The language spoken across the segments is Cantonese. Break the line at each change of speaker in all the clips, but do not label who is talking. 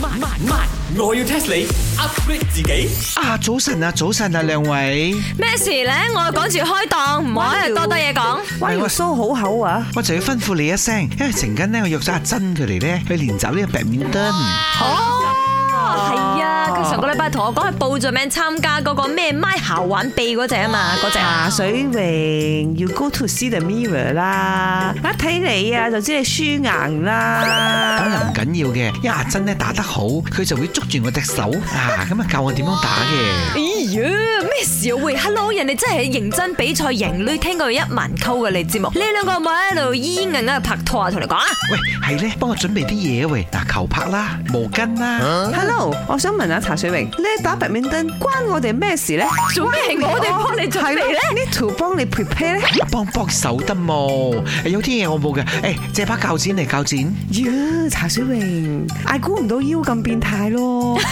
慢慢慢，我要 test 你 upgrade 自己。
啊，早晨啊，早晨啊，兩位，
咩事咧？我趕住開檔，唔好喺度多多嘢講。
哇，條須好厚啊！
我就要吩咐你一聲，因為陣間咧，我約咗阿珍佢哋咧去練習呢個 badminton。
哦，係啊，佢上個禮拜同我講，佢報咗名參加嗰個咩咪校玩臂嗰隻啊嘛，嗰隻
茶水榮要 go to see the mirror 啦，一睇你啊就知你輸硬
咁又
啦。
唔緊要嘅，因為阿珍咧打得好，佢就會捉住我隻手啊，咁啊教我點樣打嘅。
哎呀，咩事啊？喂，Hello，人哋真係認真比賽贏女，聽過一萬溝嘅你節目，你兩個有冇喺度依硬喺度拍拖啊？同你講啊，
喂，係咧，幫我準備啲嘢喂，嗱球拍啦、毛巾
啊
啦，
Hello，我想問下茶水榮，你打白面燈關我哋咩事咧？
做咩係我哋幫你準備咧
係咩呢條幫你 prepare 咧？
幫幫手得冇？有啲嘢我冇嘅，誒借把鉸剪嚟鉸剪。
呀，茶水榮，嗌估唔到腰咁變態咯！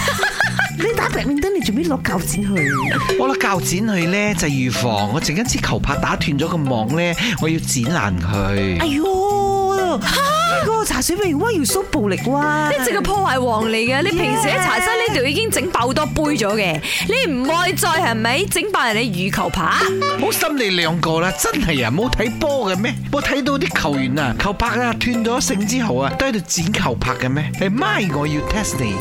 你打白面燈，你做咩攞鉸剪去？
我攞鉸剪去咧就預防，我陣間支球拍打斷咗個網咧，我要剪爛
哎
佢。
呦，呢個茶水榮哇，要 so 暴力哇！
你直個破壞王嚟嘅，你平時喺茶室呢度已經整爆好多杯咗嘅，你唔愛再係咪整爆人哋羽球拍？
好心你兩個啦，真係啊，冇睇波嘅咩？我睇到啲球員啊，球拍啊斷咗繩之後啊，都喺度剪球拍嘅咩？你咪我要 test 你。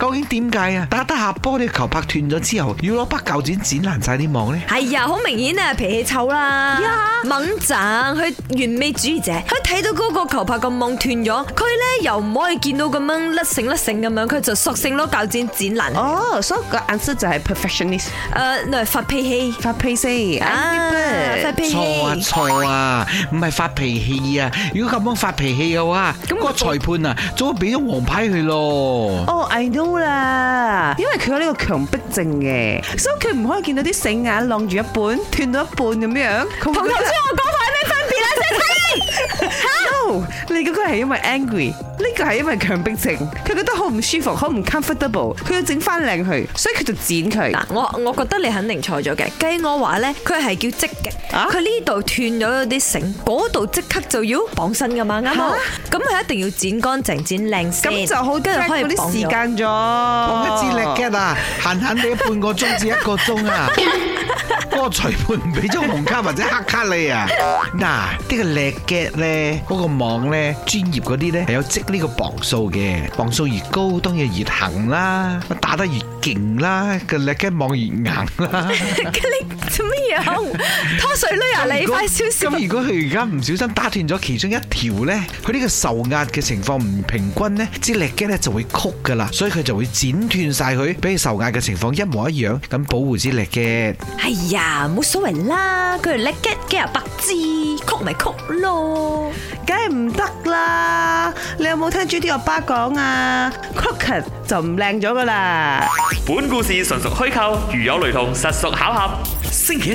究竟點解啊？打得下波，你球拍斷咗之後，要攞把鉸剪剪爛晒啲網咧？
係啊，好明顯啊，脾氣臭啦，猛整，佢完美主義者，佢睇到嗰個球拍咁網斷咗，佢咧又唔可以見到咁樣甩繩甩繩咁樣，佢就索性攞鉸剪剪爛。誒、
哦，所以個顏色就係 perfectionist。
嚟發脾氣
發脾氣
啊，發脾氣。
錯啊錯啊，唔係發脾氣啊！如果咁樣發脾氣嘅話，咁個裁判啊，早俾咗黃牌佢咯。
Oh,
哦、i know 啦，因為佢有呢個強迫症嘅，所以佢唔可以見到啲繩眼晾住一半，斷到一半咁樣。同
同頭先我講法有咩分 別啊？
no，你嗰個係因為 angry，呢個係因為強迫症，佢覺得好唔舒服，好唔 comfortable，佢要整翻靚佢，所以佢就剪佢。
嗱，我我覺得你肯定錯咗嘅。計我話咧，佢係叫積極，
啊
佢呢度斷咗啲繩，嗰度即刻就要綁身噶嘛，啱冇？咁佢一定要剪乾淨、剪靚先，
咁就好
跟住
drag
可以
嗰
綁
啲時
咗
間咗。
我一支力
我
get 啊，閒閒地半個鐘至一個鐘啊，嗰個裁判唔俾張紅卡或者黑卡你啊。嗱，呢個力 get 咧，嗰個網咧，專業嗰啲咧係有積呢個磅數嘅，磅數越高當然越行啦，打得越勁啦，個力 get 網越硬啦。
你做乜嘢啊？拖水 女啊！你
如果
快少少。
咁如果佢而家唔小心打斷咗其中一條咧，佢呢個受壓嘅情況唔平均咧，支力筋咧就會曲噶啦，所以佢就會剪斷晒佢，俾佢受壓嘅情況一模一樣，咁保護支力嘅。
哎呀，冇所謂啦，佢哋叻 get 幾廿百支，曲咪曲咯。
梗係唔得啦！你有冇聽 Judy 阿爸講啊？Crooked 就唔靚咗噶啦。
本故事純屬虛構，如有雷同，實屬巧合。星期一